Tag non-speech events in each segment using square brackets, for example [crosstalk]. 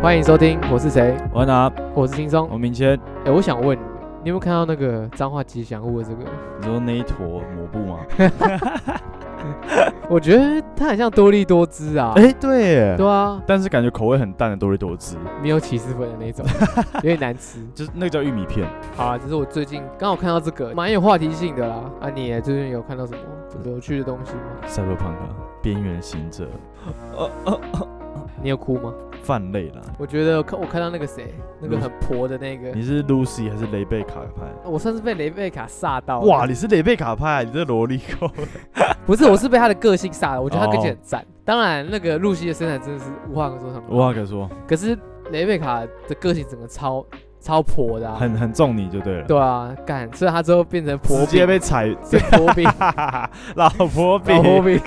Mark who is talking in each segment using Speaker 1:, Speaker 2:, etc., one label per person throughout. Speaker 1: 欢迎收听，我是谁？
Speaker 2: 我要拿
Speaker 1: 我是轻松
Speaker 2: 我。明天，
Speaker 1: 哎、我想问你，你有没有看到那个彰化吉祥物的这个？
Speaker 2: 你说那一坨抹布吗？
Speaker 1: 我觉得它很像多利多汁 [laughs] 啊。
Speaker 2: [laughs] 哎、对耶，
Speaker 1: 对啊，
Speaker 2: 但是感觉口味很淡的多利多汁，
Speaker 1: 没有起司粉的那 [laughs] 种，有点难吃。
Speaker 2: 就是那个叫玉米片。
Speaker 1: 好啊，这是我最近刚好看到这个，蛮有话题性的啦。啊，你耶最近有看到什么有趣的东西吗？
Speaker 2: 赛博朋克啊边缘行 [laughs] 者
Speaker 1: 你有哭吗？
Speaker 2: 泛类啦。
Speaker 1: 我觉得我看我看到那个谁，那个很婆的那个，
Speaker 2: 你是 Lucy 还是雷贝卡派？
Speaker 1: 我算是被雷贝卡煞到了。
Speaker 2: 哇，你是雷贝卡派，啊你这萝莉 [laughs] 控。
Speaker 1: 不是，我是被他的个性煞的。我觉得他个性
Speaker 2: 哦
Speaker 1: 很赞。当然，那个露西的身材真的是无话可说什么。
Speaker 2: 无话可说，
Speaker 1: 可是雷贝卡的个性整个超超婆的、啊，
Speaker 2: 很很中你就对了。
Speaker 1: 对啊，干，所以她之后变成婆饼
Speaker 2: 直接，被踩，
Speaker 1: 是婆饼，
Speaker 2: [laughs] 老婆
Speaker 1: [laughs]
Speaker 2: 饼。
Speaker 1: 老
Speaker 2: [laughs]
Speaker 1: 婆饼，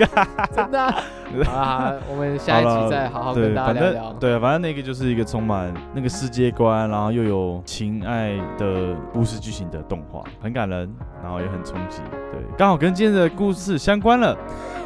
Speaker 1: 真的啊、好啊，我们下一
Speaker 2: 好
Speaker 1: 集
Speaker 2: 了
Speaker 1: 再好好
Speaker 2: 对，
Speaker 1: 跟大家
Speaker 2: 反
Speaker 1: 聊
Speaker 2: 正
Speaker 1: 聊。
Speaker 2: 对，反正那个就是一个充满那个世界观，然后又有情爱的故事剧情的动画，很感人，然后也很冲击。对，刚好跟今天的故事相关了。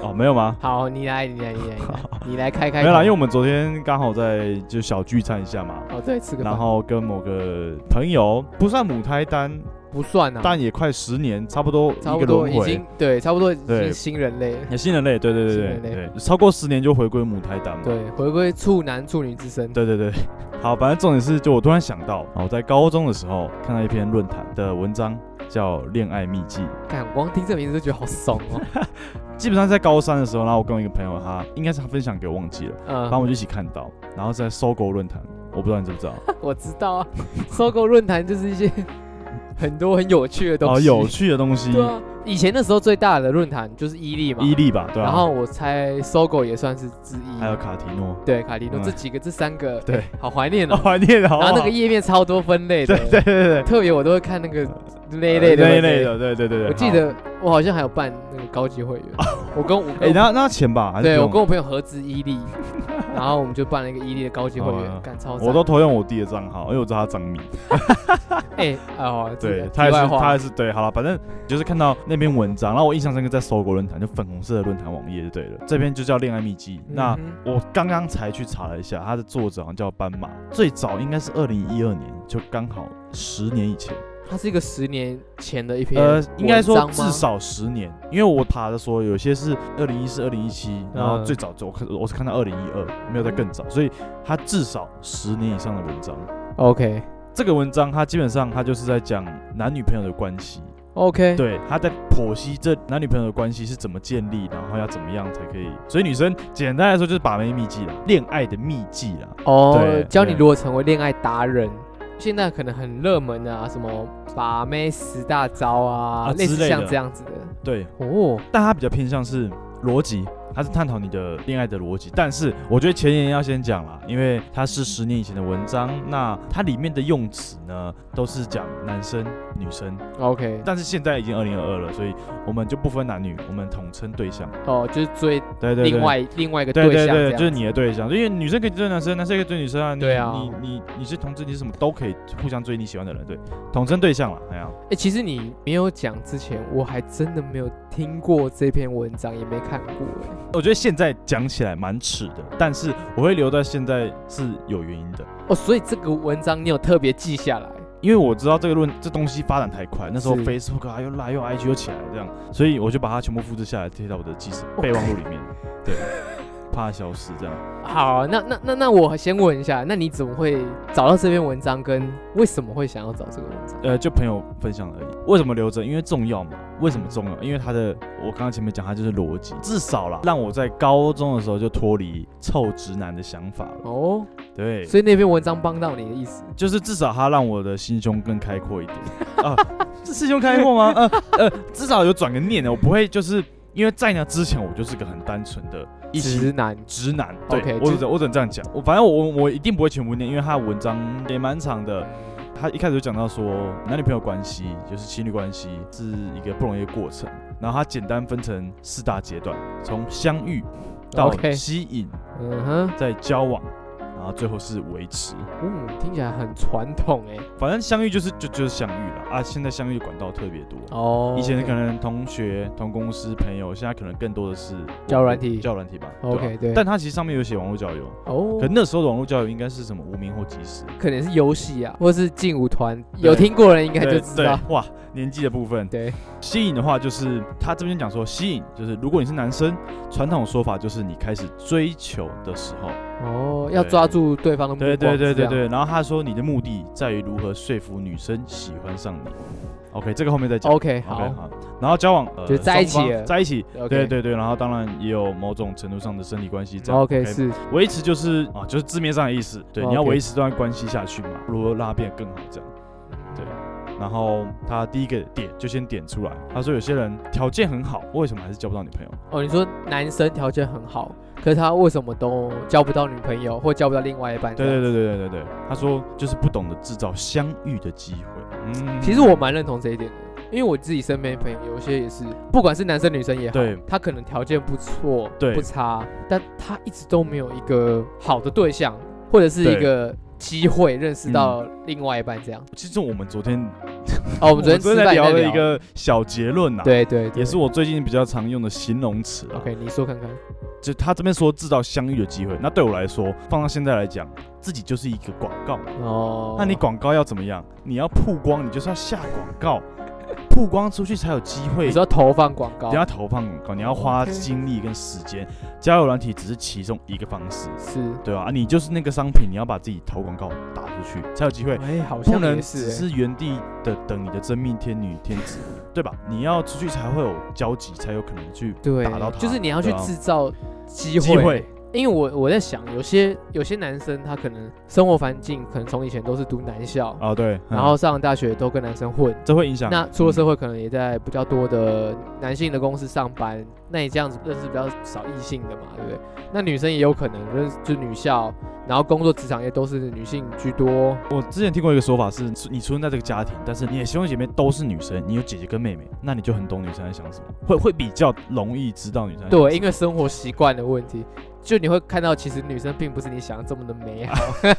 Speaker 2: 哦，没有吗？
Speaker 1: 好，你来，你来，你来，你来你来开开
Speaker 2: 没
Speaker 1: 头。
Speaker 2: 有啦，因为我们昨天刚好在就小聚餐一下嘛，
Speaker 1: 哦，对，吃个饭
Speaker 2: 然后跟某个朋友不算母胎单，
Speaker 1: 不算啊，
Speaker 2: 但也快十年，差不多
Speaker 1: 差
Speaker 2: 一
Speaker 1: 不
Speaker 2: 个
Speaker 1: 多
Speaker 2: 轮
Speaker 1: 已
Speaker 2: 回
Speaker 1: 经。对，差不多已经
Speaker 2: 对
Speaker 1: 新人类了。
Speaker 2: 也新人类，对对
Speaker 1: 新
Speaker 2: 对
Speaker 1: 人
Speaker 2: 对
Speaker 1: 类
Speaker 2: 对，超过十年就回归母胎单嘛。
Speaker 1: 对，回归处男处女之身。
Speaker 2: 对对 [laughs] 对，好，反正重点是，就我突然想到，啊，我在高中的时候看到一篇论坛的文章，叫《恋爱秘籍》。
Speaker 1: 干，我光听这名字就觉得好怂
Speaker 2: [laughs]
Speaker 1: 哦。
Speaker 2: 基本上在高三的时候，然后我跟我一个朋友，他应该是他分享给我忘记了，然后
Speaker 1: 嗯，
Speaker 2: 我们就一起看到，然后在搜狗论坛，我不知道你知不
Speaker 1: [laughs]
Speaker 2: 知道，
Speaker 1: 我知道啊，搜狗论坛就是一些 [laughs] 很多很有趣的东
Speaker 2: 哦，
Speaker 1: 西。
Speaker 2: 有趣的东西，
Speaker 1: 对啊，以前那时候最大的论坛就是伊利嘛，
Speaker 2: 伊利吧，对啊，
Speaker 1: 然后我猜搜狗也算是之一，
Speaker 2: 还有卡提诺， [laughs]
Speaker 1: 对卡迪诺
Speaker 2: 嗯
Speaker 1: 这几个这三个，
Speaker 2: 对，
Speaker 1: 好怀念
Speaker 2: 好
Speaker 1: 哦。
Speaker 2: 怀念 [laughs] 哦，
Speaker 1: 然后那个页面超多分类的
Speaker 2: 对，对对对
Speaker 1: 特别我都会看那个那一
Speaker 2: 对，
Speaker 1: 类的
Speaker 2: 那
Speaker 1: 分
Speaker 2: 一
Speaker 1: 类
Speaker 2: 类。的，对对对对，
Speaker 1: 我记
Speaker 2: 好，
Speaker 1: 得我好像还有办那个高级会员，我跟我
Speaker 2: [laughs]
Speaker 1: 跟
Speaker 2: 哎，那那钱吧，还是
Speaker 1: 对
Speaker 2: 不
Speaker 1: 我
Speaker 2: 用
Speaker 1: 跟我朋友合资伊利，
Speaker 2: [laughs]
Speaker 1: 然后我们就办了一个伊利的高级会
Speaker 2: 哦
Speaker 1: 员，干超赞
Speaker 2: 我都投用我弟的账号，因为我知道他账密。
Speaker 1: 哎哦，这个
Speaker 2: 对，
Speaker 1: 题
Speaker 2: 他也
Speaker 1: 外
Speaker 2: 是，
Speaker 1: 话
Speaker 2: 他也是对，好了，反正就是看到那篇文章，然后我印象深刻在搜狗论坛，就粉红色的论坛网页就对了，这篇就叫《恋爱秘籍》。那
Speaker 1: 嗯哼
Speaker 2: 我刚刚才去查了一下，它的作者好像叫斑马，最早应该是二零一二年，就刚好十年以前，
Speaker 1: 它是一个十年前的一篇文
Speaker 2: 呃
Speaker 1: 章吗，，
Speaker 2: 应该说至少十年，因为我爬的说有些是二零一四、二零一七，然后
Speaker 1: 嗯
Speaker 2: 最早我看我是看到二零一二，没有在更早，所以它至少十年以上的文章。
Speaker 1: OK
Speaker 2: 这个文章它基本上它就是在讲男女朋友的关系，
Speaker 1: OK，
Speaker 2: 对，他在剖析这男女朋友的关系是怎么建立，然后要怎么样才可以。所以女生简单来说就是把妹秘籍啦，恋爱的秘籍啦。
Speaker 1: 哦
Speaker 2: 对，
Speaker 1: 教你
Speaker 2: 对
Speaker 1: 如何成为恋爱达人。现在可能很热门的啊，什么把妹十大招啊，
Speaker 2: 啊
Speaker 1: 类似
Speaker 2: 之类的
Speaker 1: 像这样子的。
Speaker 2: 对，
Speaker 1: 哦，
Speaker 2: 但他比较偏向是逻辑，他是探讨你的恋爱的逻辑。但是我觉得前言要先讲啦，因为它是十年以前的文章，那它里面的用词呢都是讲男生、女生，
Speaker 1: 哦 OK，
Speaker 2: 但是现在已经二零二二了，所以我们就不分男女，我们统称对象。
Speaker 1: 哦，就是追
Speaker 2: 对对对。
Speaker 1: 另外另外一个
Speaker 2: 对对
Speaker 1: 象这
Speaker 2: 对，
Speaker 1: 样
Speaker 2: 就是你的对象，因为女生可以追男生，男生也可以追女生啊。你
Speaker 1: 对啊
Speaker 2: 你你你是同志，你是什么都可以互相追你喜欢的人，对，统称对象了。哎呀，
Speaker 1: 哎，其实你没有讲之前，我还真的没有听过这篇文章，也没看过哎。
Speaker 2: 我觉得现在讲起来蛮耻的，但是我会留到现在是有原因的，
Speaker 1: 哦，所以这个文章你有特别记下来。
Speaker 2: 因为我知道这个论这东西发展太快，那时候
Speaker 1: 是
Speaker 2: Facebook 啊又来又 IG 又起来这样，所以我就把它全部复制下来贴到我的记事备忘录
Speaker 1: [laughs]
Speaker 2: 里面，对，怕它消失这样。
Speaker 1: 好，那那那那我先问一下，那你怎么会找到这篇文章，跟为什么会想要找这个文章？
Speaker 2: 呃，就朋友分享而已。为什么留着？因为重要嘛。为什么重要？因为它的，我刚刚前面讲，它就是逻辑，至少啦，让我在高中的时候就脱离臭直男的想法了。
Speaker 1: 哦，
Speaker 2: 对，
Speaker 1: 所以那篇文章帮到你的意思。
Speaker 2: 就是至少它让我的心胸更开阔一点啊。 [laughs] 这心胸开阔吗？呃呃，至少有转个念的，我不会就是因为在那之前，我就是个很单纯的一心
Speaker 1: 直男
Speaker 2: 直男，对
Speaker 1: OK，
Speaker 2: 我
Speaker 1: 就
Speaker 2: 只我只能这样讲。我反正我我我一定不会全部念，因为他的文章也蛮长的。他一开始就讲到说，男女朋友关系就是情侣关系是一个不容易的过程，然后他简单分成四大阶段，从相遇到
Speaker 1: OK
Speaker 2: 吸引，
Speaker 1: 嗯哼，
Speaker 2: 再交往，然后最后是维持。
Speaker 1: 嗯，听起来很传统哎。
Speaker 2: 反正相遇就是就就是相遇了啊！现在相遇管道特别多。
Speaker 1: 哦
Speaker 2: 以前可能同学、同公司、朋友，现在可能更多的是
Speaker 1: 交友软体
Speaker 2: 交友软体吧。对啊
Speaker 1: OK 对，
Speaker 2: 但它其实上面有写网络交友，
Speaker 1: 哦
Speaker 2: 可，那时候的网络交友应该是什么无名或即时。
Speaker 1: 可能是游戏啊，或是劲舞团，
Speaker 2: 对
Speaker 1: 有听过的人应该就
Speaker 2: 对
Speaker 1: 知
Speaker 2: 对
Speaker 1: 道。
Speaker 2: 哇，年纪的部分，
Speaker 1: 对，
Speaker 2: 吸引的话就是他这边讲说，吸引就是如果你是男生，传统说法就是你开始追求的时候，
Speaker 1: 哦，要
Speaker 2: 对
Speaker 1: 抓住对方的目
Speaker 2: 对
Speaker 1: 光。
Speaker 2: 对对
Speaker 1: 是这
Speaker 2: 对
Speaker 1: 样，
Speaker 2: 对。然后他说你的目的在于如何说服女生喜欢上你。OK，这个后面再讲。
Speaker 1: OK，
Speaker 2: OK，
Speaker 1: 好
Speaker 2: 好。然后交往呃
Speaker 1: 就在一起
Speaker 2: 双方
Speaker 1: 了
Speaker 2: 在一起。
Speaker 1: ，OK，
Speaker 2: 对对对，然后当然也有某种程度上的身体关系在。
Speaker 1: ，OK 是
Speaker 2: 维持就是啊，就是字面上的意思，对，你要
Speaker 1: OK
Speaker 2: 维持这段关系下去嘛，如何让它变得更好这样。对，然后他第一个点就先点出来，他说有些人条件很好，为什么还是交不到女朋友？
Speaker 1: 哦，你说男生条件很好，可是他为什么都交不到女朋友，或交不到另外一半？
Speaker 2: 对对。对对对对对，他说就是不懂得制造相遇的机会。嗯
Speaker 1: 其实我蛮认同这一点的，因为我自己身边的朋友有些也是，不管是男生女生也好
Speaker 2: 对，
Speaker 1: 他可能条件不错，
Speaker 2: 对
Speaker 1: 不差，但他一直都没有一个好的对象，或者是一
Speaker 2: 对嗯
Speaker 1: 个机会认识到另外一半这样。
Speaker 2: 其实我们昨天
Speaker 1: 哦，我
Speaker 2: [laughs]
Speaker 1: 们昨天吃
Speaker 2: 在
Speaker 1: 饭
Speaker 2: 聊
Speaker 1: 也
Speaker 2: 了
Speaker 1: 在
Speaker 2: 一，个小结论呐、，
Speaker 1: 对对对
Speaker 2: 也是我最近比较常用的形容词啊。
Speaker 1: OK，你说看看，
Speaker 2: 就他这边说制造相遇的机会，那对我来说，放到现在来讲，自己就是一个广告。
Speaker 1: 哦，
Speaker 2: 那你广告要怎么样？你要曝光，你就是要下广告，曝光出去才有机会。
Speaker 1: 你说投放广告
Speaker 2: 你要投放广告，你要花
Speaker 1: OK
Speaker 2: 精力跟时间。交友软体只是其中一个方式，
Speaker 1: 是，
Speaker 2: 对吧、啊？你就是那个商品，你要把自己投广告打出去才有机会，
Speaker 1: 哎，好
Speaker 2: 不
Speaker 1: 像
Speaker 2: 能
Speaker 1: 也
Speaker 2: 只
Speaker 1: 是欸，
Speaker 2: 是原地的等你的真命天女天子，对吧？你要出去才会有交集，才有可能去
Speaker 1: 对
Speaker 2: 打到，他
Speaker 1: 就是你要去
Speaker 2: 对啊
Speaker 1: 制造机
Speaker 2: 机
Speaker 1: 会，
Speaker 2: 会。
Speaker 1: 因为我我在想，有些有些男生他可能生活环境可能从以前都是读男校，
Speaker 2: 啊，对。嗯
Speaker 1: 然后上了大学都跟男生混，
Speaker 2: 这会影响嗯
Speaker 1: 那出了社
Speaker 2: 会，
Speaker 1: 会可能也在比较多的男性的公司上班，那你这样子认识比较少异性的嘛，对不对？那女生也有可能认识就是女校，然后工作职场也都是女性居多，
Speaker 2: 我之前听过一个说法是，你出生在这个家庭，但是你的兄弟姐妹都是女生，你有姐姐跟妹妹，那你就很懂女生在想什么，会会比较容易知道女生在想
Speaker 1: 对，
Speaker 2: 什
Speaker 1: 因为生活习惯的问题，就你会看到其实女生并不是你想的这么的美
Speaker 2: [laughs]
Speaker 1: 好， [laughs]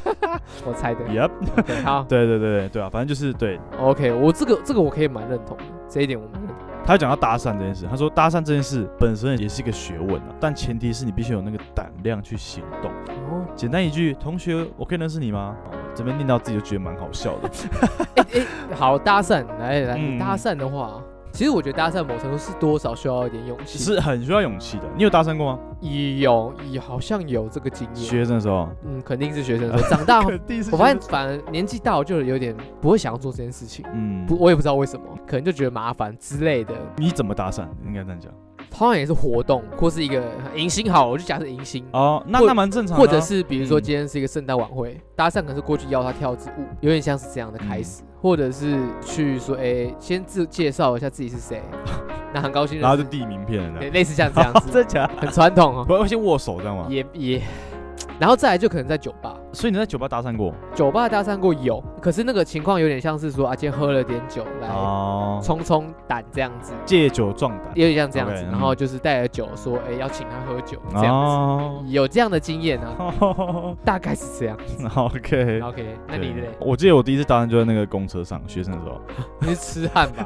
Speaker 1: 我猜的
Speaker 2: 么。。Yep，
Speaker 1: OK，好
Speaker 2: 对对对对对啊，反正就是对。
Speaker 1: ，OK，我这个这个我可以蛮认同的，这一点我蛮认同。
Speaker 2: 他讲到搭讪这件事，他说搭讪这件事本身也是一个学问啊，但前提是你必须有那个胆量去行动。
Speaker 1: 哦，
Speaker 2: 简单一句，同学，我可以认识你吗？哦这边念到自己就觉得蛮好笑的。
Speaker 1: 好，搭讪，来来，
Speaker 2: 嗯
Speaker 1: 搭讪的话，其实我觉得搭讪某程度是多少需要一点勇气。
Speaker 2: [laughs] 是很需要勇气的。你有搭讪过吗？
Speaker 1: 有，有好像有这个经验，
Speaker 2: 学生的时候，
Speaker 1: 嗯，肯定是学生
Speaker 2: [laughs]
Speaker 1: 的时候。长大后，
Speaker 2: 定是
Speaker 1: 我发现，反而年纪大，我就有点不会想要做这件事情，
Speaker 2: 嗯，
Speaker 1: 不，我也不知道为什么，可能就觉得麻烦之类的。
Speaker 2: 你怎么搭讪？应该这样讲。
Speaker 1: 通常也是活动或是一个呃迎新好了，我就假设迎新。
Speaker 2: 哦，那
Speaker 1: 或
Speaker 2: 那蛮正常的啊、
Speaker 1: 或者是比如说
Speaker 2: 嗯
Speaker 1: 今天是一个圣诞晚会，搭讪可能是过去邀他跳支舞，有点像是这样的开始，或者是去说，哎、先自介绍一下自己是谁，那很高兴认识，
Speaker 2: 然后就递名片了
Speaker 1: 对
Speaker 2: 这 [laughs] 样，哦
Speaker 1: 类似像这样子，
Speaker 2: 真假？
Speaker 1: 很传统哦，
Speaker 2: 不要先握手这样吗？
Speaker 1: 也也，然后再来就可能在酒吧，
Speaker 2: 所以你在酒吧搭讪过？
Speaker 1: 酒吧搭讪过有，可是那个情况有点像是说啊，今天喝了点酒来
Speaker 2: 哦，
Speaker 1: 冲冲胆这样子，
Speaker 2: 借酒壮胆。
Speaker 1: 有点像这样子，
Speaker 2: OK，嗯
Speaker 1: 然后就是带了酒说，哎、要请他喝酒这样
Speaker 2: 哦
Speaker 1: 子，有这样的经验啊，
Speaker 2: [laughs]
Speaker 1: 大概是这样。
Speaker 2: 哦 OK。
Speaker 1: OK，那你
Speaker 2: 对 [laughs]
Speaker 1: 嘞？
Speaker 2: 我记得我第一次搭讪就在那个公车上，学生的时候，
Speaker 1: 你是痴汉吧？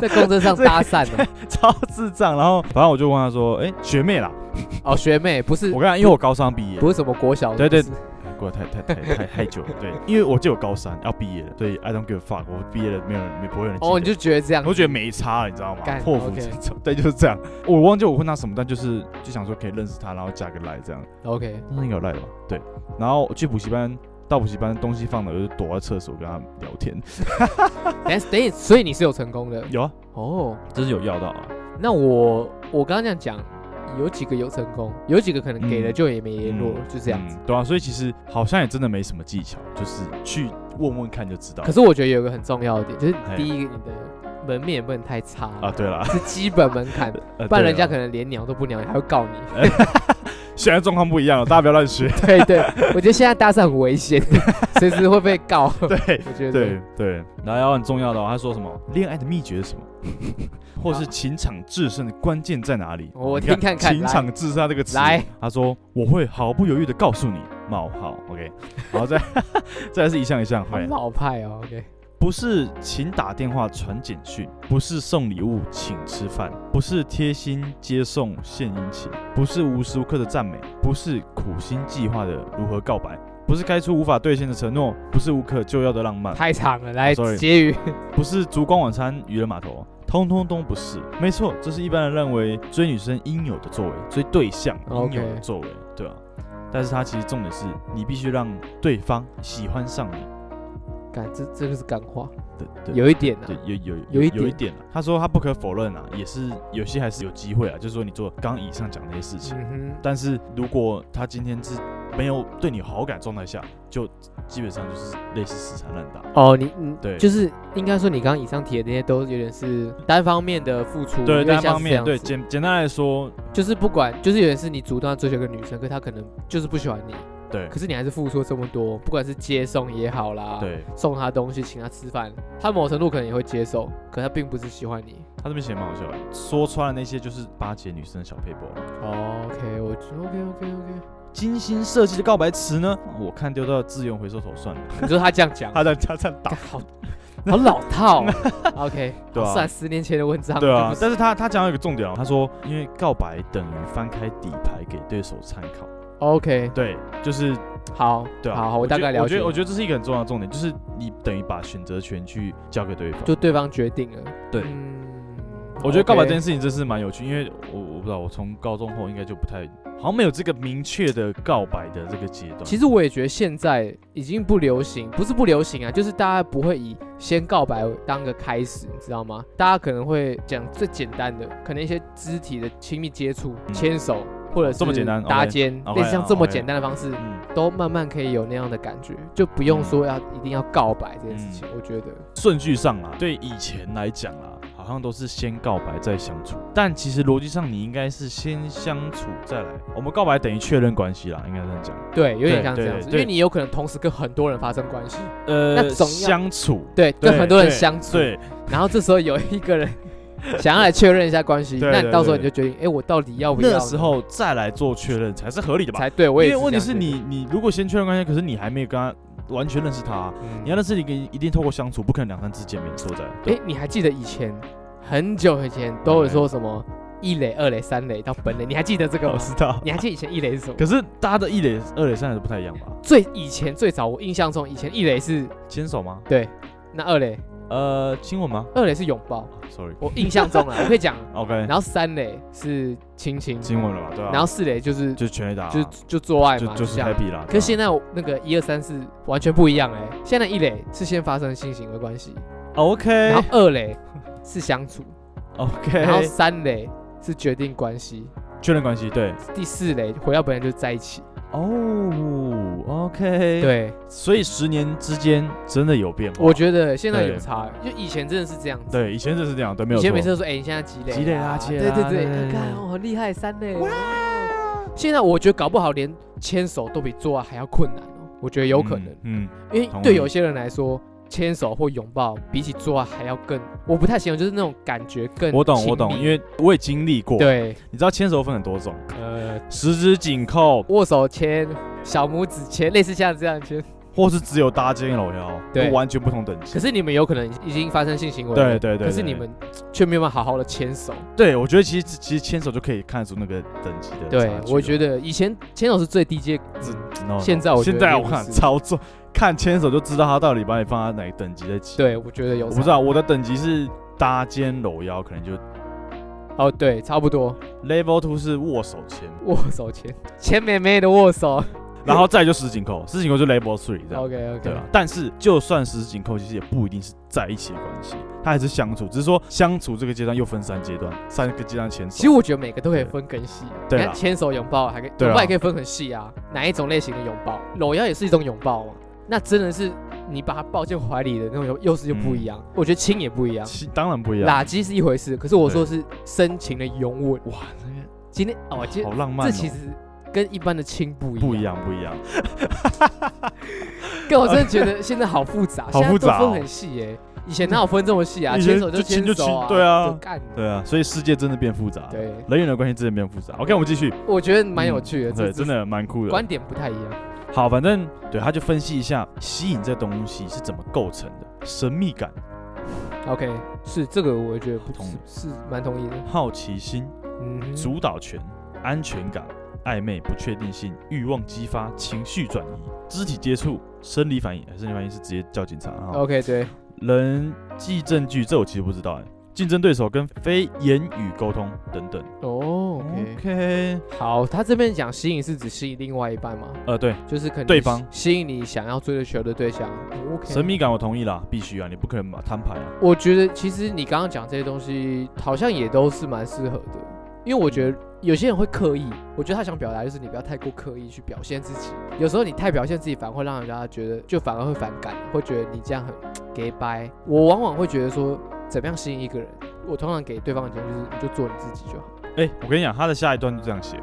Speaker 1: 在公车上搭讪
Speaker 2: [laughs]
Speaker 1: 哦、
Speaker 2: 超智障。然后反正我就问他说：“哎，学妹啦，
Speaker 1: 哦，学妹不是
Speaker 2: 我跟他因为我高三毕业
Speaker 1: 不，是什么国小，
Speaker 2: 对对哎
Speaker 1: 不是
Speaker 2: 过得太太太太太久了，对，因为我记得我高三要毕业了，所以 I don't give a fuck，我毕业了没有人没不会有人记得
Speaker 1: 哦，你就觉得这样，
Speaker 2: 我觉得没差了，你知道吗
Speaker 1: 干？
Speaker 2: 破釜
Speaker 1: OK
Speaker 2: 沉舟，对，就是这样。我忘记我问他什么，但就是就想说可以认识他，然后加个赖这样。
Speaker 1: OK，
Speaker 2: 那应该有赖吧？对。然后去补习班，到补习班东西放了，我就躲在厕所跟他聊天。
Speaker 1: 但是等一，所以你是有成功的
Speaker 2: 有啊，
Speaker 1: 哦。
Speaker 2: 真是有要到啊。
Speaker 1: 那我我刚刚这样讲，有几个有成功，有几个可能给了
Speaker 2: 嗯
Speaker 1: 就也没联络，就这样子。
Speaker 2: 嗯对啊，所以其实好像也真的没什么技巧，就是去问问看就知道
Speaker 1: 可。是我觉得有一个很重要的点，就是
Speaker 2: 嘿
Speaker 1: 第一个你的门面也不能太差
Speaker 2: 啊，对了，
Speaker 1: 是基本门槛，
Speaker 2: 呃
Speaker 1: 不然人家
Speaker 2: 对
Speaker 1: 可
Speaker 2: 啦
Speaker 1: 能连鸟都不鸟你，还会告你。
Speaker 2: 现在状况不一样了，大家不要乱学。
Speaker 1: [laughs] 对对，我觉得现在搭讪很危险， [laughs] 随时会被告。 [laughs]
Speaker 2: 对
Speaker 1: 我觉得
Speaker 2: 对对，然后还有很重要的、哦，他说什么？恋爱的秘诀是什么？ [laughs] 或是情场制胜的关键在哪里？
Speaker 1: 哦我
Speaker 2: 你
Speaker 1: 听看看
Speaker 2: 情
Speaker 1: 来
Speaker 2: 场制胜它这个词，
Speaker 1: 来，
Speaker 2: 他说我会毫不犹豫的告诉你。冒号，OK，然后再 [laughs] 再来是一项一项
Speaker 1: 好
Speaker 2: 会，
Speaker 1: 老派哦。OK，
Speaker 2: 不是请打电话传简讯，不是送礼物请吃饭，不是贴心接送献殷勤，不是无时无刻的赞美，不是苦心计划的如何告白，不是开出无法兑现的承诺，不是无可救药的浪漫，
Speaker 1: 太长了，来
Speaker 2: Sorry
Speaker 1: 结语。
Speaker 2: 不是烛光晚餐、娱乐码头，通通都不是。没错，这是一般人认为追女生应有的作为，追对象应
Speaker 1: OK
Speaker 2: 有的作为对啊。但是它其实重点是你必须让对方喜欢上你。
Speaker 1: 感这这个是感化，
Speaker 2: 对对
Speaker 1: 有一点啊
Speaker 2: 对，有有
Speaker 1: 有一
Speaker 2: 有一
Speaker 1: 点
Speaker 2: 点啊，他说他不可否认啊，也是有些还是有机会啊，就是说你做刚以上讲的那些事情，
Speaker 1: 嗯哼，
Speaker 2: 但是如果他今天是没有对你有好感的状态下，就基本上就是类似死缠烂打。
Speaker 1: 哦，你嗯，
Speaker 2: 对
Speaker 1: 就是应该说你刚刚以上提的那些都有点是单方面的付出，
Speaker 2: 对，
Speaker 1: 因为
Speaker 2: 单
Speaker 1: 像
Speaker 2: 方
Speaker 1: 是这
Speaker 2: 面
Speaker 1: 样
Speaker 2: 对
Speaker 1: 子
Speaker 2: 简简单来说，
Speaker 1: 就是不管，就是有点是你主动要追求一个女生，可她可能就是不喜欢你，
Speaker 2: 对
Speaker 1: 可是你还是付出了这么多，不管是接送也好啦，，
Speaker 2: 对，
Speaker 1: 送她东西，请她吃饭，她某程度可能也会接受，可她并不是喜欢你。
Speaker 2: 他这边写得蛮好笑的，说穿了那些就是巴结女生的小 paper 啊。
Speaker 1: 哦，OK，我 OK OK
Speaker 2: [laughs]
Speaker 1: OK，
Speaker 2: 精心设计的告白词呢，我看丢到资源回收桶算了。
Speaker 1: 你说她这样讲，
Speaker 2: 他在他在打
Speaker 1: 干，好好老套
Speaker 2: [laughs]
Speaker 1: 哦、OK，
Speaker 2: 对啊
Speaker 1: 好算十年前的文章，
Speaker 2: 对啊
Speaker 1: 不，是
Speaker 2: 但是他他讲到一个重点哦，他说因为告白等于翻开底牌给对手参考，
Speaker 1: OK，
Speaker 2: 对，就是
Speaker 1: 好，
Speaker 2: 对啊，
Speaker 1: 好好，我大
Speaker 2: 觉
Speaker 1: 概
Speaker 2: 我
Speaker 1: 了
Speaker 2: 觉
Speaker 1: 解，
Speaker 2: 得我觉得这是一个很重要的重点，就是你等于把选择权去交给对方。
Speaker 1: 就对方决定了，
Speaker 2: 对
Speaker 1: 嗯
Speaker 2: 我觉得告白这
Speaker 1: OK
Speaker 2: 件事情真是蛮有趣，因为我我不知道，我从高中后应该就不太，好像没有这个明确的告白的这个阶段。
Speaker 1: 其实我也觉得现在已经不流行，不是不流行啊，就是大家不会以先告白当个开始，你知道吗？大家可能会讲最简单的，可能一些肢体的亲密接触、
Speaker 2: 嗯
Speaker 1: 牵手，或者是
Speaker 2: 这么简单
Speaker 1: 搭肩，
Speaker 2: OK，
Speaker 1: 类似像
Speaker 2: OK，
Speaker 1: 这么
Speaker 2: OK
Speaker 1: 简单的方式，
Speaker 2: 嗯，
Speaker 1: 都慢慢可以有那样的感觉，就不用说要一定要告白这件事
Speaker 2: 嗯
Speaker 1: 情。我觉得
Speaker 2: 顺序上啦，对以前来讲啦，好像都是先告白再相处，但其实逻辑上你应该是先相处再来。我们告白等于确认关系啦，应该这样讲。
Speaker 1: 对，有点像
Speaker 2: 对
Speaker 1: 这样子，
Speaker 2: 对
Speaker 1: 因为
Speaker 2: 对
Speaker 1: 你有可能同时跟很多人发生关系，那
Speaker 2: 呃，
Speaker 1: 总要
Speaker 2: 相处，
Speaker 1: 对，
Speaker 2: 对，
Speaker 1: 跟很多人
Speaker 2: 对
Speaker 1: 相处，
Speaker 2: 对
Speaker 1: 然后这时候有一个人 [laughs] 想要来确认一下关系，
Speaker 2: 对
Speaker 1: 那你
Speaker 2: 对
Speaker 1: 到时候你
Speaker 2: 对
Speaker 1: 就决定，哎、我到底要不要呢？
Speaker 2: 那时候再来做确认才是合理的吧？
Speaker 1: 才对，我
Speaker 2: 因
Speaker 1: 也
Speaker 2: 为问题
Speaker 1: 这
Speaker 2: 是
Speaker 1: 样觉
Speaker 2: 你，你如果先确认关系，可是你还没有跟他完全认识他啊、
Speaker 1: 得，嗯
Speaker 2: 你要认识一个，一定透过相处，不可能两三次见面。说实在的，
Speaker 1: 哎，你还记得以前很久以前都有说什么一垒、二垒、三垒到本垒，你还记得这个
Speaker 2: 我
Speaker 1: 吗？
Speaker 2: 知道。
Speaker 1: 你还记得以前一垒是什么？
Speaker 2: 哦可是大家的一垒、二垒、三垒都不太一样吧？
Speaker 1: 最以前最早我印象中，以前一垒是
Speaker 2: 牵手吗？
Speaker 1: 对，那二垒
Speaker 2: 呃，亲吻吗
Speaker 1: 二垒是拥抱，
Speaker 2: ？Sorry，OK，、
Speaker 1: 我印象
Speaker 2: [laughs]
Speaker 1: 中啊，我可以讲。
Speaker 2: OK
Speaker 1: 然后三垒是亲亲，
Speaker 2: 亲吻了吧？对啊。
Speaker 1: 然后四垒就是
Speaker 2: 就是全垒打啊、
Speaker 1: 就就做爱
Speaker 2: 就
Speaker 1: 嘛，
Speaker 2: 就是
Speaker 1: 这样
Speaker 2: happy 啦。
Speaker 1: 可是
Speaker 2: 对啊
Speaker 1: 现在我那个一二三四完全不一样哎，现在一垒是先发生性行为关系，
Speaker 2: 啊 OK
Speaker 1: 然后二垒是相处，然后
Speaker 2: OK
Speaker 1: 三垒是决定关系，
Speaker 2: 确认关系，对
Speaker 1: 第四垒回到本来就在一起。
Speaker 2: 哦、o k，
Speaker 1: 对，
Speaker 2: 所以十年之间真的有变化。
Speaker 1: 我觉得现在
Speaker 2: 对
Speaker 1: 有差，欸就以前真的是这样子。
Speaker 2: 对以前真的是这样，对，没有
Speaker 1: 以前
Speaker 2: 错
Speaker 1: 每次都说，哎，你现在几垒？
Speaker 2: 几垒
Speaker 1: 啊？
Speaker 2: 啦几垒哎
Speaker 1: 对对
Speaker 2: 啦
Speaker 1: 对，
Speaker 2: 对对
Speaker 1: 你
Speaker 2: 对
Speaker 1: 看哦我很厉害，三垒。哇！
Speaker 2: 嗯
Speaker 1: 现在我觉得搞不好连牵手都比做爱还要困难哦，我觉得有可能，
Speaker 2: 嗯，
Speaker 1: 因为
Speaker 2: 同
Speaker 1: 对
Speaker 2: 意
Speaker 1: 有些人来说。牵手或拥抱，比起做爱还要更，我不太形容，就是那种感觉更
Speaker 2: 嗯我懂
Speaker 1: 亲
Speaker 2: 我懂，
Speaker 1: 密
Speaker 2: 因为我也经历过。，
Speaker 1: 对，
Speaker 2: 你知道牵手分很多种，
Speaker 1: 呃，
Speaker 2: 十指紧扣，
Speaker 1: 握手牵、小拇指牵，类似像这样
Speaker 2: [laughs]
Speaker 1: 牵。
Speaker 2: 或是只有搭肩搂腰，
Speaker 1: 对
Speaker 2: 都完全不同等级。
Speaker 1: 可是你们有可能已经发生性行为了，
Speaker 2: 对对对
Speaker 1: 可是
Speaker 2: 对
Speaker 1: 你们却没有办法好好的牵手。
Speaker 2: 对，我觉得其实其实牵手就可以看得出那个等级的
Speaker 1: 对，我觉
Speaker 2: 得
Speaker 1: 得以前牵手是最低阶，
Speaker 2: 这
Speaker 1: 嗯
Speaker 2: no, no，
Speaker 1: 现在我觉得
Speaker 2: 现在
Speaker 1: 并
Speaker 2: 我
Speaker 1: 不
Speaker 2: 看
Speaker 1: 是
Speaker 2: 操作看牵手就知道他到底把你放在哪个等级的级。
Speaker 1: 对我觉得有。
Speaker 2: 我不知。道我的等级是搭肩搂腰，可能就
Speaker 1: 哦，对，差不多
Speaker 2: level two 是握手牵，
Speaker 1: 握手牵，牵妹妹的握手。
Speaker 2: 然后再就十指紧扣，十指紧扣就 level three 这样。
Speaker 1: OK
Speaker 2: 对
Speaker 1: OK
Speaker 2: 吧？。但是就算十指紧扣，其实也不一定是在一起的关系，它还是相处，只是说相处这个阶段又分三阶段，三个阶段牵
Speaker 1: 其实
Speaker 2: 手。
Speaker 1: 我觉得每个都可以分更细，啊
Speaker 2: 对
Speaker 1: 你
Speaker 2: 啦
Speaker 1: 看牵手、拥抱还可以，
Speaker 2: 对
Speaker 1: 拥
Speaker 2: 啦
Speaker 1: 抱也可以分很细啊。哪一种类型的拥抱？搂腰也是一种拥抱嘛。啊那真的是你把他抱进怀里的那种，又又是又不一样。
Speaker 2: 嗯
Speaker 1: 我觉得亲也不一样。
Speaker 2: 其当然不一样。
Speaker 1: 垃圾是一回事，可是我说是深情的拥吻。
Speaker 2: 哇，那
Speaker 1: 今天哦，今
Speaker 2: 个好
Speaker 1: 天
Speaker 2: 浪漫、哦。
Speaker 1: 这其实跟一般的亲不一样。
Speaker 2: 不一
Speaker 1: [laughs]
Speaker 2: 样，不一样。
Speaker 1: 但我真的
Speaker 2: [laughs]
Speaker 1: 觉得现在好复杂，
Speaker 2: 好复
Speaker 1: 现在
Speaker 2: 杂
Speaker 1: 都
Speaker 2: 哦
Speaker 1: 分很细耶、以前哪有分这么细啊？
Speaker 2: 以前
Speaker 1: 牵手
Speaker 2: 就亲
Speaker 1: 牵
Speaker 2: 就
Speaker 1: 手啊，
Speaker 2: 亲对啊
Speaker 1: 就干。
Speaker 2: 对啊，所以世界真的变复杂，，
Speaker 1: 对，
Speaker 2: 人与人的关系真的变复杂。OK，我们继续，
Speaker 1: 我觉得蛮有趣的，
Speaker 2: 嗯对，
Speaker 1: 这
Speaker 2: 真的蛮酷的。
Speaker 1: 观点不太一样。
Speaker 2: 好，反正对，他就分析一下吸引这东西是怎么构成的：神秘感、
Speaker 1: OK，是这个，我觉得不
Speaker 2: 同意
Speaker 1: 是是蛮同意的。
Speaker 2: 好奇心、
Speaker 1: 嗯哼，
Speaker 2: 主导权、安全感、暧昧、不确定性、欲望激发、情绪转移、肢体接触、生理反应。哎生理反应是直接叫警察啊。
Speaker 1: OK 对，
Speaker 2: 人际证据，这我其实不知道哎。竞争对手跟非言语沟通等等。
Speaker 1: 哦 OK，
Speaker 2: OK，
Speaker 1: 好，他这边讲吸引是指吸引另外一半吗？
Speaker 2: 呃，对，
Speaker 1: 就是可能
Speaker 2: 对方
Speaker 1: 吸引你想要追求的对象。OK，哦
Speaker 2: 神秘感我同意啦，必须啊，你不可能把摊牌啊。
Speaker 1: 我觉得其实你刚刚讲这些东西，好像也都是蛮适合的，因为我
Speaker 2: 嗯
Speaker 1: 觉得有些人会刻意，我觉得他想表达就是你不要太过刻意去表现自己，有时候你太表现自己，反而会让人家觉得，就反而会反感，会觉得你这样很 gay 掰。我往往会觉得说，怎么样吸引一个人，我通常给对方的建议就是，你就做你自己就好。
Speaker 2: [laughs] 哎、我跟你讲，他的下一段就这样写。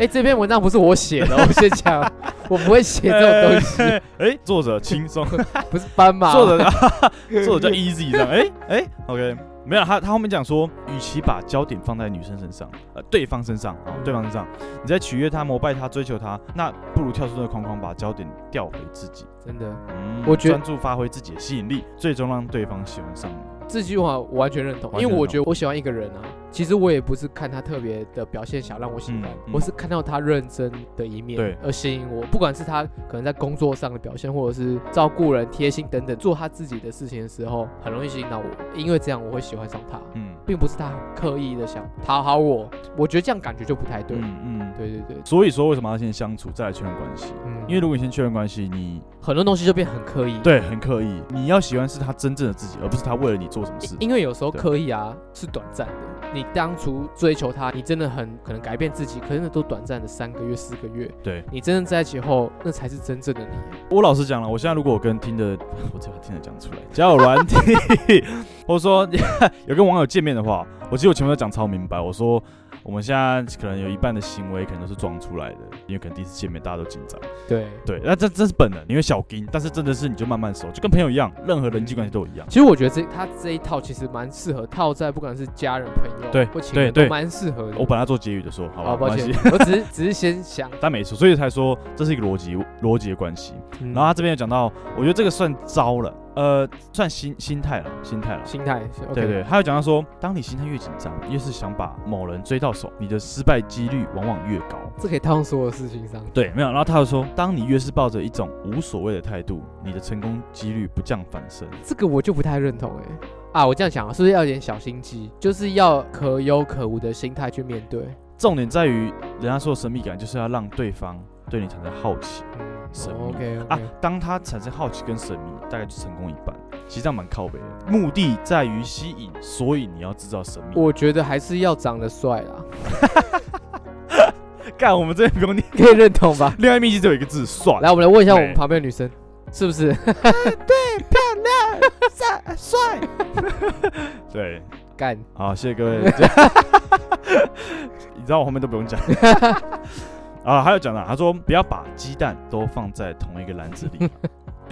Speaker 1: 哎、这篇文章不是我写的，我先讲，我不会写这种东西，
Speaker 2: [laughs] 哎、哎作者轻松，
Speaker 1: 不是斑马。
Speaker 2: 作者
Speaker 1: [laughs]
Speaker 2: 作者叫 Easy 这样。哎、哎、o k 没有他他后面讲说，与其把焦点放在女生身上，呃，对方身上
Speaker 1: 嗯
Speaker 2: 啊、哦对方身上，你在取悦她、膜拜她、追求她，那不如跳出那个框框，把焦点调回自己。
Speaker 1: 真的
Speaker 2: 嗯，
Speaker 1: 我觉得
Speaker 2: 专注发挥自己的吸引力，最终让对方喜欢上你。
Speaker 1: 这句话我完全认同，
Speaker 2: 完全
Speaker 1: 因为
Speaker 2: 认
Speaker 1: 我
Speaker 2: 同
Speaker 1: 觉得我喜欢一个人啊，其实我也不是看他特别的表现想让我喜欢，
Speaker 2: 嗯嗯
Speaker 1: 我是看到他认真的一面
Speaker 2: 对
Speaker 1: 而吸引我。不管是他可能在工作上的表现，或者是照顾人、贴心等等，做他自己的事情的时候，很容易吸引到我。因为这样我会喜欢上他，
Speaker 2: 嗯
Speaker 1: 并不是他很刻意的想讨好我。我觉得这样感觉就不太对。
Speaker 2: 嗯嗯，
Speaker 1: 对对对，
Speaker 2: 所以说为什么要先相处，再来确认关系？
Speaker 1: 嗯，
Speaker 2: 因为如果你先确认关系，你
Speaker 1: 很多东西就变很刻意。
Speaker 2: 对很刻意，你要喜欢是他真正的自己，而不是他为了你做什么事。
Speaker 1: 因为有时候
Speaker 2: 对
Speaker 1: 刻意啊是短暂的，你当初追求他，你真的很可能改变自己，可是那都短暂的三个月、四个月。
Speaker 2: 对，
Speaker 1: 你真正在一起后，那才是真正的你。啊
Speaker 2: 我老实讲了，我现在如果我跟听的， [laughs] 我这把听的讲出来，只要有软体， [laughs] 或者说有跟网友见面的话，我记得我前面都讲超明白，我说我们现在可能有一半的行为可能都是装出来的，因为可能第一次见面大家都紧张。
Speaker 1: 对，
Speaker 2: 对，那这这是本能，因为小金，但是真的是你就慢慢熟，就跟朋友一样，任何人际关系都一样。
Speaker 1: 其实我觉得这他这一套其实蛮适合套在不管是家人、朋友
Speaker 2: 对
Speaker 1: 或情人都
Speaker 2: 对对
Speaker 1: 蛮适合的。
Speaker 2: 我本来要做结语的说，好吧，
Speaker 1: 好
Speaker 2: 没
Speaker 1: 抱
Speaker 2: 关
Speaker 1: 歉
Speaker 2: 系，，
Speaker 1: 我只是只是先
Speaker 2: [laughs]
Speaker 1: 想，
Speaker 2: 但没错，所以才说这是一个逻辑逻辑的关系。
Speaker 1: 嗯
Speaker 2: 然后他这边有讲到，我觉得这个算招了，呃，算心心态了，心态了。
Speaker 1: 心态是 OK，
Speaker 2: 对对，他有讲到说，当你心态越紧张，越是想把某人追到手，你的失败几率往往越高。
Speaker 1: 这可以套用所有事情上。
Speaker 2: 对，没有。然后他又说，当你越是抱着一种无所谓的态度，你的成功几率不降反升。
Speaker 1: 这个我就不太认同哎、啊，我这样讲啊，是不是要有点小心机？就是要可有可无的心态去面对。
Speaker 2: 重点在于，人家说的神秘感就是要让对方对你产生好奇
Speaker 1: 嗯
Speaker 2: 神秘
Speaker 1: OK OK，、
Speaker 2: 啊。当他产生好奇跟神秘，大概就成功一半。其实这样蛮靠北的，目的在于吸引，所以你要制造神秘。
Speaker 1: 我觉得还是要长得帅啦， [laughs]
Speaker 2: 干，我们这边不用念。
Speaker 1: 可以认同吧？
Speaker 2: 恋爱秘籍只有一个字，算。
Speaker 1: 来，我们来问一下我
Speaker 2: 对
Speaker 1: 们旁边的女生，是不是？ [laughs]
Speaker 2: 对，
Speaker 1: 干，
Speaker 2: 好，谢谢各位。你知道我后面都不用讲。啊，还有讲了，他说不要把鸡蛋都放在同一个篮子里。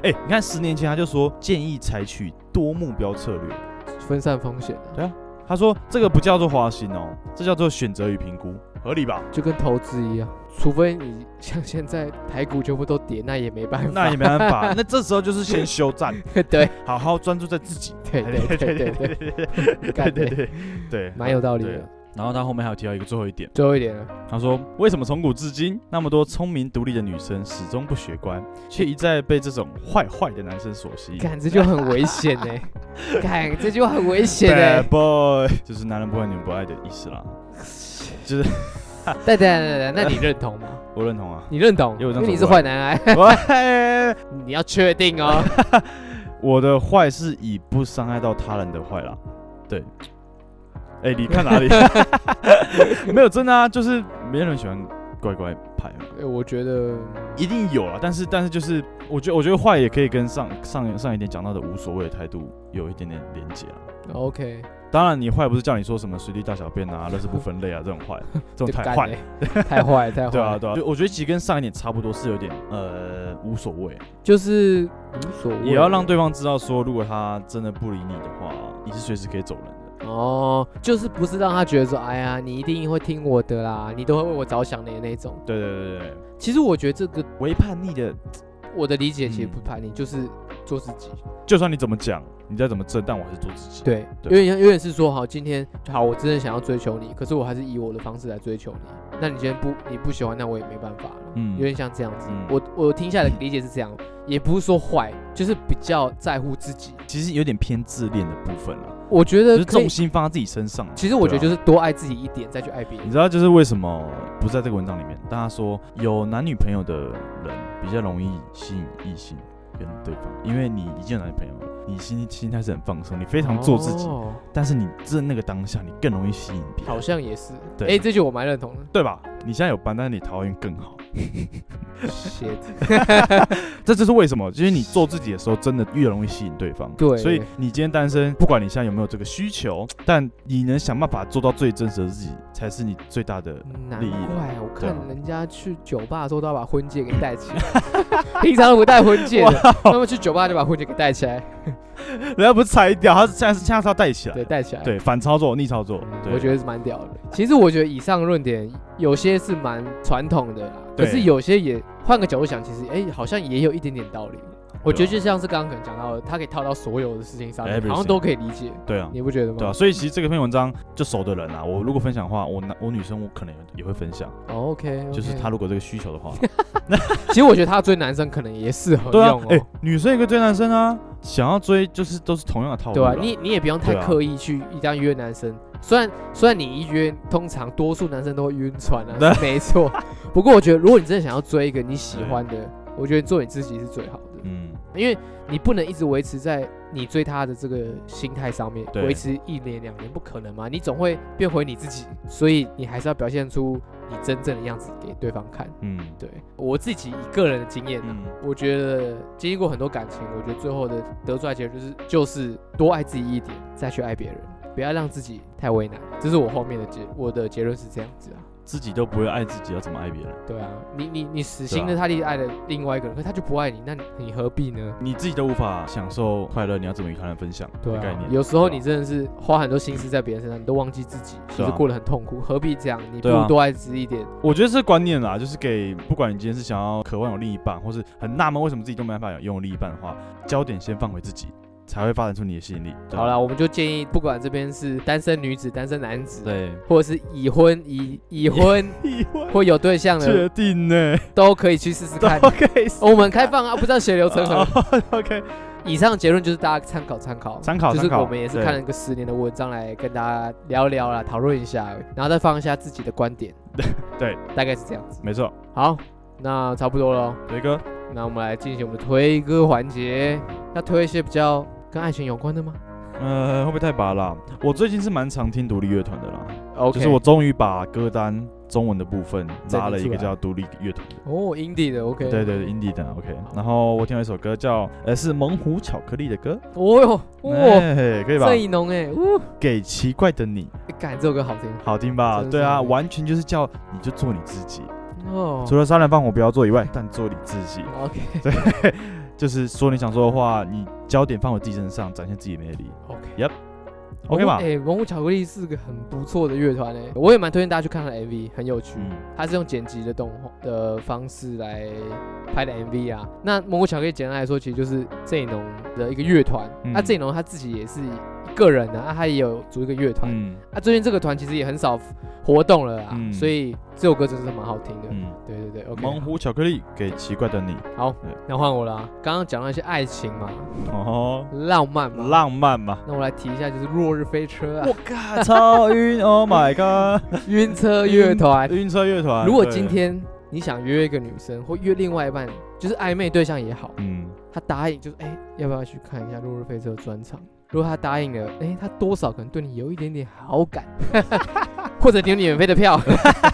Speaker 2: 哎、你看十年前他就说建议采取多目标策略，
Speaker 1: 分散风险啊、
Speaker 2: 他说这个不叫做花心哦，这叫做选择与评估，合理吧？
Speaker 1: 就跟投资一样，除非你像现在台股全部都跌，那也没办法。
Speaker 2: 那也没办法，那这时候就是先休战，
Speaker 1: [laughs]
Speaker 2: [laughs]
Speaker 1: 对对
Speaker 2: 好好专注在自己。
Speaker 1: 对对对对对，
Speaker 2: 对
Speaker 1: 干
Speaker 2: 对对对对，
Speaker 1: 蛮有道理
Speaker 2: 对啊
Speaker 1: 的。
Speaker 2: 然后他后面还有提到一个最后一点。
Speaker 1: 最后一点了，
Speaker 2: 他说：“为什么从古至今那么多聪明独立的女生始终不学乖，却一再被这种坏坏的男生所吸引
Speaker 1: 干这就很危险
Speaker 2: [laughs]
Speaker 1: 呢、欸，干这就很危险欸呢、
Speaker 2: ？”Bad boy 就是男人不爱女人不爱的意思啦。
Speaker 1: 对对对对，那你认同
Speaker 2: [laughs]
Speaker 1: 吗？。
Speaker 2: 我认同啊
Speaker 1: [laughs] 你认同，
Speaker 2: 有
Speaker 1: 因
Speaker 2: 这样
Speaker 1: 为你
Speaker 2: 子
Speaker 1: 是
Speaker 2: 不
Speaker 1: 坏男孩， [laughs]
Speaker 2: 喂，
Speaker 1: 你要确定哦。
Speaker 2: 我的坏是以不伤害到他人的坏啦。对。哎、你看哪里？没有真的啊，就是没有人喜欢乖乖牌嘛，
Speaker 1: 呃我觉得
Speaker 2: 一定有啊。但是但是就是，我觉得我觉得坏也可以跟上上上一点讲到的无所谓的态度有一点点连结啊。
Speaker 1: 哦 OK，
Speaker 2: 当然，你坏不是叫你说什么随地大小便啊、垃圾不分类啊这种 [laughs] 坏，这种
Speaker 1: 就
Speaker 2: 太
Speaker 1: 干
Speaker 2: 坏。
Speaker 1: 欸太坏，太坏。
Speaker 2: [laughs] 对啊，对啊，就我觉得其实跟上一点差不多，是有点呃无所谓，
Speaker 1: 就是无所谓。
Speaker 2: 也要让对方知道说，如果他真的不理你的话，你是随时可以走人的。
Speaker 1: 哦，就是不是让他觉得说，哎呀，你一定会听我的啦，你都会为我着想的那种。
Speaker 2: 对对对对对，
Speaker 1: 其实我觉得这个
Speaker 2: 为叛逆的，
Speaker 1: 我的理解其实不
Speaker 2: 嗯
Speaker 1: 叛逆，就是做自己。
Speaker 2: 就算你怎么讲，你再怎么争，但我还是做自己。
Speaker 1: 对，有
Speaker 2: 对
Speaker 1: 点像有点是说，好，今天好，我真的想要追求你，可是我还是以我的方式来追求你。那你今天不你不喜欢，那我也没办法了。
Speaker 2: 嗯
Speaker 1: 有点像这样子。
Speaker 2: 嗯
Speaker 1: 我我听下来的理解是这样，也不是说坏，就是比较在乎自己。
Speaker 2: 其实有点偏自恋的部分了，
Speaker 1: 我觉
Speaker 2: 就
Speaker 1: 得
Speaker 2: 是
Speaker 1: 可以
Speaker 2: 重，心放在自己身上。
Speaker 1: 其实我觉得
Speaker 2: 对
Speaker 1: 就
Speaker 2: 啊
Speaker 1: 是多爱自己一点，再去爱别
Speaker 2: 你
Speaker 1: 人。
Speaker 2: 知道，就是为什么不在这个文章里面？大家说有男女朋友的人比较容易吸引异性跟对方，因为你已经有男女朋友了，你心心态是很放松，你非常做自己，
Speaker 1: 哦
Speaker 2: 但是你真的那个当下，你更容易吸引别人，
Speaker 1: 好像也是。
Speaker 2: 对
Speaker 1: 哎，这句我蛮认同的。
Speaker 2: 对吧？你现在有班，但是你桃园更好，
Speaker 1: Shit
Speaker 2: 这就是为什么，就是你做自己的时候，真的越容易吸引对方。
Speaker 1: 对
Speaker 2: 所以你今天单身，不管你现在有没有这个需求，但你能想办法做到最真实的自己，才是你最大的。
Speaker 1: 难
Speaker 2: 利益了
Speaker 1: 怪我
Speaker 2: 对
Speaker 1: 看
Speaker 2: 啊
Speaker 1: 人家去酒吧的时候都要把婚戒给带起来， [laughs] 平常都不戴婚
Speaker 2: [laughs]
Speaker 1: 戒的，他们去酒吧就把婚戒给戴起来，
Speaker 2: [laughs] 人家不是拆掉，他是现在是现在是要带起来，
Speaker 1: 对，戴起来。
Speaker 2: 对，反操作、逆操作
Speaker 1: 嗯，
Speaker 2: 对
Speaker 1: 哎我觉得是蛮屌的。其实我觉得以上论点有些是蛮传统的啦，可
Speaker 2: 对
Speaker 1: 是有些也换个角度想，其实哎、好像也有一点点道理。
Speaker 2: 啊
Speaker 1: 我觉得就像是刚刚可能讲到的，它可以套到所有的事情上面，
Speaker 2: Everything
Speaker 1: 好像都可以理解，
Speaker 2: 对啊，
Speaker 1: 你嗯不觉得吗？
Speaker 2: 对啊，所以其实这篇文章就熟的人啊，我如果分享的话，我男我女生我可能也会分享，
Speaker 1: o k
Speaker 2: 就是他。如果这个需
Speaker 1: [laughs]
Speaker 2: 求的话，
Speaker 1: 哦其实我觉得他追男生可能也适合
Speaker 2: 对啊
Speaker 1: 用哦，，
Speaker 2: 哎，女生也可以追男生啊，想要追就是都是同样的套路
Speaker 1: 对
Speaker 2: 啦，
Speaker 1: 吧、你你也不用太
Speaker 2: 哦对啊
Speaker 1: 刻意去一定要约男生，虽然虽然你一约，通常多数男生都会晕船啊，
Speaker 2: 对
Speaker 1: 是没
Speaker 2: [laughs]
Speaker 1: 错。不过我觉得，如果你真的想要追一个你喜欢的，我觉得做你自己是最好的。
Speaker 2: 嗯，
Speaker 1: 因为你不能一直维持在你追他的这个心态上面，
Speaker 2: 对
Speaker 1: 维持一年两年不可能嘛，你总会变回你自己，所以你还是要表现出你真正的样子给对方看。
Speaker 2: 嗯
Speaker 1: 对我自己以个人的经验啊、
Speaker 2: 嗯，
Speaker 1: 我觉得经历过很多感情，我觉得最后的得出来结论就是，就是多爱自己一点，再去爱别人，不要让自己太为难。这是我后面的结，我的结论是这样子啊。
Speaker 2: 自己都不会爱自己，要怎么爱别人？
Speaker 1: 对啊，你你你死心
Speaker 2: 对
Speaker 1: 的
Speaker 2: 啊
Speaker 1: 他力爱了另外一个人，可他就不爱你，那你你何必呢？
Speaker 2: 你自己都无法享受快乐，你要怎么与他人分享
Speaker 1: 对
Speaker 2: 的概
Speaker 1: 啊，
Speaker 2: 念？
Speaker 1: 有时候
Speaker 2: 对
Speaker 1: 你
Speaker 2: 啊
Speaker 1: 真的是花很多心思在别人身上，你都忘记自己，其
Speaker 2: 对
Speaker 1: 实
Speaker 2: 啊
Speaker 1: 过得很痛苦，何必这样？你不
Speaker 2: 对
Speaker 1: 如
Speaker 2: 啊
Speaker 1: 多爱自己一点。
Speaker 2: 我觉得是观念啦，就是给不管你今天是想要渴望有另一半，或是很纳闷为什么自己都没办法有拥有另一半的话，焦点先放回自己，才会发展出你的吸引力。对吧啊
Speaker 1: 好啦，，我们就建议，不管这边是单身女子、单身男子，
Speaker 2: 对，
Speaker 1: 或者是已婚、已已
Speaker 2: [laughs]
Speaker 1: 婚
Speaker 2: 意外
Speaker 1: 或有对象的，
Speaker 2: 确定呢
Speaker 1: 都可以去试试 [laughs] 看。
Speaker 2: ？OK，
Speaker 1: 我们开放啊，
Speaker 2: [laughs]
Speaker 1: 不知道血流成河。
Speaker 2: 哦 OK，
Speaker 1: 以上结论就是大家参考参考，
Speaker 2: 参考
Speaker 1: 就是
Speaker 2: 参考
Speaker 1: 我们也是
Speaker 2: 对
Speaker 1: 看了一个十年的文章来跟大家聊聊啦，讨论一下，然后再放一下自己的观点。
Speaker 2: 对， [laughs]
Speaker 1: 大概是这样子。
Speaker 2: [laughs] 没错，
Speaker 1: 好，那差不多了。
Speaker 2: 雷哥，
Speaker 1: 那我们来进行我们的推歌环节，要推一些比较跟爱情有关的吗
Speaker 2: 呃，会不会太拔啦？我最近是蛮常听独立乐团的啦
Speaker 1: ？OK，
Speaker 2: 哦就是我终于把歌单中文的部分拉了
Speaker 1: 整理
Speaker 2: 一
Speaker 1: 出
Speaker 2: 个
Speaker 1: 来
Speaker 2: 叫独立乐团的。
Speaker 1: 哦，indie 的 OK，
Speaker 2: 对对对，indie 的 OK，然后我听了一首歌叫，呃，是猛虎巧克力的歌，
Speaker 1: 哦哟，哇，
Speaker 2: 哎，可以吧
Speaker 1: 郑？怡农哎，呜，
Speaker 2: 给奇怪的你，
Speaker 1: 感这首歌好听
Speaker 2: 好听吧
Speaker 1: 真？的
Speaker 2: 对啊，
Speaker 1: 是
Speaker 2: 完全就是叫你就做你自己，
Speaker 1: 哦
Speaker 2: 除了杀人放火不要做以外，但做你自己，
Speaker 1: ，OK
Speaker 2: 就是说你想说的话，你焦点放回自己身上，展现自己的魅力
Speaker 1: OK。
Speaker 2: ，OK 吧？
Speaker 1: 哎，萌骨巧克力是个很不错的乐团哎，我也蛮推荐大家去看他的 MV，很有趣。
Speaker 2: 嗯，
Speaker 1: 它是用剪辑的动画的方式来拍的 MV 啊。那蒙古巧克力简单来说，其实就是郑怡农的一个乐团。
Speaker 2: 嗯
Speaker 1: 那郑怡农他自己也是一个人的、啊，他也有组一个乐团。
Speaker 2: 嗯
Speaker 1: 啊，最近这个团其实也很少活动了啊，
Speaker 2: 嗯
Speaker 1: 所以这首歌真的是蛮好听的。
Speaker 2: 嗯，
Speaker 1: 对对对，OK，
Speaker 2: 猛虎巧克力给奇怪的你，
Speaker 1: 好
Speaker 2: 对，
Speaker 1: 那换我了、啊。刚刚讲到一些爱情嘛，
Speaker 2: 哦，
Speaker 1: 浪漫嘛，
Speaker 2: 浪漫嘛，
Speaker 1: 那我来提一下，就是落日飞车
Speaker 2: [laughs]
Speaker 1: 啊
Speaker 2: 我，靠，超晕，Oh my god！
Speaker 1: [laughs] 晕车乐团。
Speaker 2: 晕车乐团，
Speaker 1: 如果
Speaker 2: 啊对
Speaker 1: 今，天你想约一个女生，或约另外一半，就是暧昧对象也好，
Speaker 2: 嗯，
Speaker 1: 他答应就是哎、要不要去看一下落日飞车的专场？如果他答应了，哎、他多少可能对你有一点点好感， [laughs] 或者你有免费的票，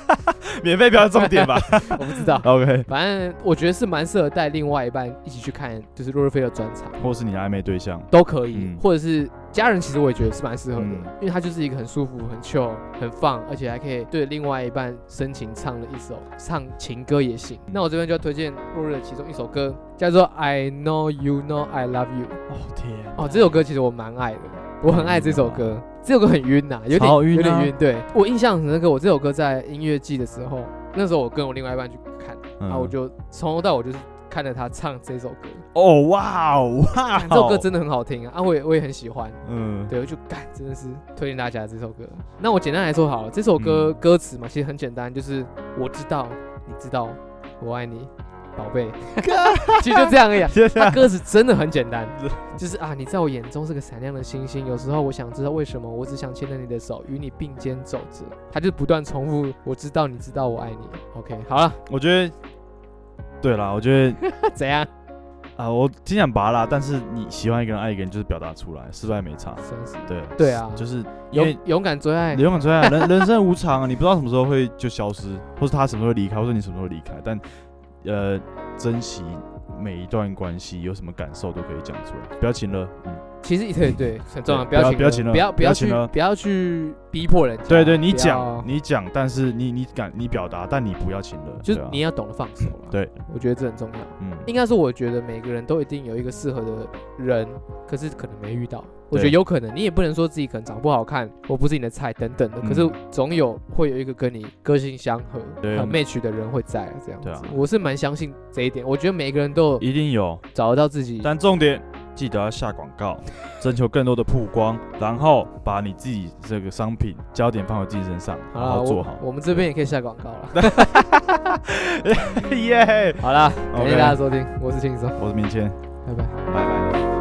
Speaker 1: [laughs]
Speaker 2: 免费票是重点吧
Speaker 1: 我不知道。
Speaker 2: ？OK，
Speaker 1: 反正我觉得是蛮适合带另外一半一起去看，就是落日飞车专场
Speaker 2: 或是你的暧昧对象，
Speaker 1: 都可以，
Speaker 2: 嗯
Speaker 1: 或者是家人其实我也觉得是蛮适合的，
Speaker 2: 嗯
Speaker 1: 因为它就是一个很舒服、很 chill、很放，而且还可以对另外一半深情唱的一首，唱情歌也行。那我这边就要推荐落日的其中一首歌，叫做《I Know You Know I Love You》。
Speaker 2: 哦天啊，
Speaker 1: 哦，这首歌其实我蛮爱的，我很爱这首歌。这首歌很晕呐、有点、
Speaker 2: 嗯超晕啊
Speaker 1: 有点晕。对我印象很深刻，我这首歌在音乐季的时候，那时候我跟我另外一半去看，
Speaker 2: 嗯
Speaker 1: 啊然后我就从头到尾就是看着他唱这首歌，
Speaker 2: 哦哇哦哇哦
Speaker 1: 干，这首歌真的很好听啊，啊我也我也很喜欢。
Speaker 2: 嗯
Speaker 1: 对，我就干，真的是推荐大家这首歌。那我简单来说好了，这首歌
Speaker 2: 嗯
Speaker 1: 歌词嘛，其实很简单，就是我知道，你知道，我爱你，宝
Speaker 2: [laughs]
Speaker 1: 贝，其实就这样而已、啊。
Speaker 2: 接下
Speaker 1: 他
Speaker 2: 来
Speaker 1: 歌词真的很简单，就是啊，你在我眼中是个闪亮的星星。有时候我想知道为什么，我只想牵着你的手，与你并肩走着。他就不断重复，我知道，你知道，我爱你。OK，好
Speaker 2: [laughs]
Speaker 1: 了，
Speaker 2: 我觉得，对啦，我觉得
Speaker 1: 怎样？
Speaker 2: 啊，我挺想拔啦，但是你喜欢一个人，爱一个人，就是表达出来，失败没差。
Speaker 1: 真是
Speaker 2: 对
Speaker 1: 对啊
Speaker 2: 就是因为
Speaker 1: 勇勇敢追爱
Speaker 2: 你，勇敢追爱，人 [laughs] 人生无常啊，你不知道什么时候会就消失，或是他什么时候离开，或者你什么时候离开，但呃，珍惜每一段关系，有什么感受都可以讲出来，不要情了，嗯，
Speaker 1: 其实对对很重要，
Speaker 2: 对
Speaker 1: 要
Speaker 2: 不要
Speaker 1: 请
Speaker 2: 不
Speaker 1: 不
Speaker 2: 要
Speaker 1: 要
Speaker 2: 请了不
Speaker 1: 不
Speaker 2: 要
Speaker 1: 要
Speaker 2: 请
Speaker 1: 去
Speaker 2: 了
Speaker 1: 不要去逼迫人家。
Speaker 2: 对对，你
Speaker 1: 不要
Speaker 2: 讲你讲，但是你你敢你表达，但你不要情了，
Speaker 1: 就
Speaker 2: 对
Speaker 1: 是
Speaker 2: 啊
Speaker 1: 你要懂得放手了。
Speaker 2: 对，
Speaker 1: 我觉得这很重要。
Speaker 2: 嗯，
Speaker 1: 应该说，我觉得每个人都一定有一个适合的人，可是可能没遇到。我觉得
Speaker 2: 对
Speaker 1: 有可能，你也不能说自己可能长不好看，我不是你的菜等等的。
Speaker 2: 嗯
Speaker 1: 可是总有会有一个跟你个性相合、
Speaker 2: 对
Speaker 1: 很 match 的人会在这样子。
Speaker 2: 对啊
Speaker 1: 我是蛮相信这一点。我觉得每个人都有
Speaker 2: 一定有，
Speaker 1: 找得到自己。
Speaker 2: 但重点记得要下广告，征求更多的曝光，然后把你自己这个商品焦点放回自己身上，
Speaker 1: 好
Speaker 2: 好
Speaker 1: 啦
Speaker 2: 好做好。
Speaker 1: 我，我们这边也可以下广告了。
Speaker 2: [laughs] 耶，
Speaker 1: 好啦，感谢
Speaker 2: OK
Speaker 1: [laughs]
Speaker 2: [laughs]
Speaker 1: 大家收听，我是轻松，
Speaker 2: 我是明谦，
Speaker 1: 拜拜。
Speaker 2: 拜拜。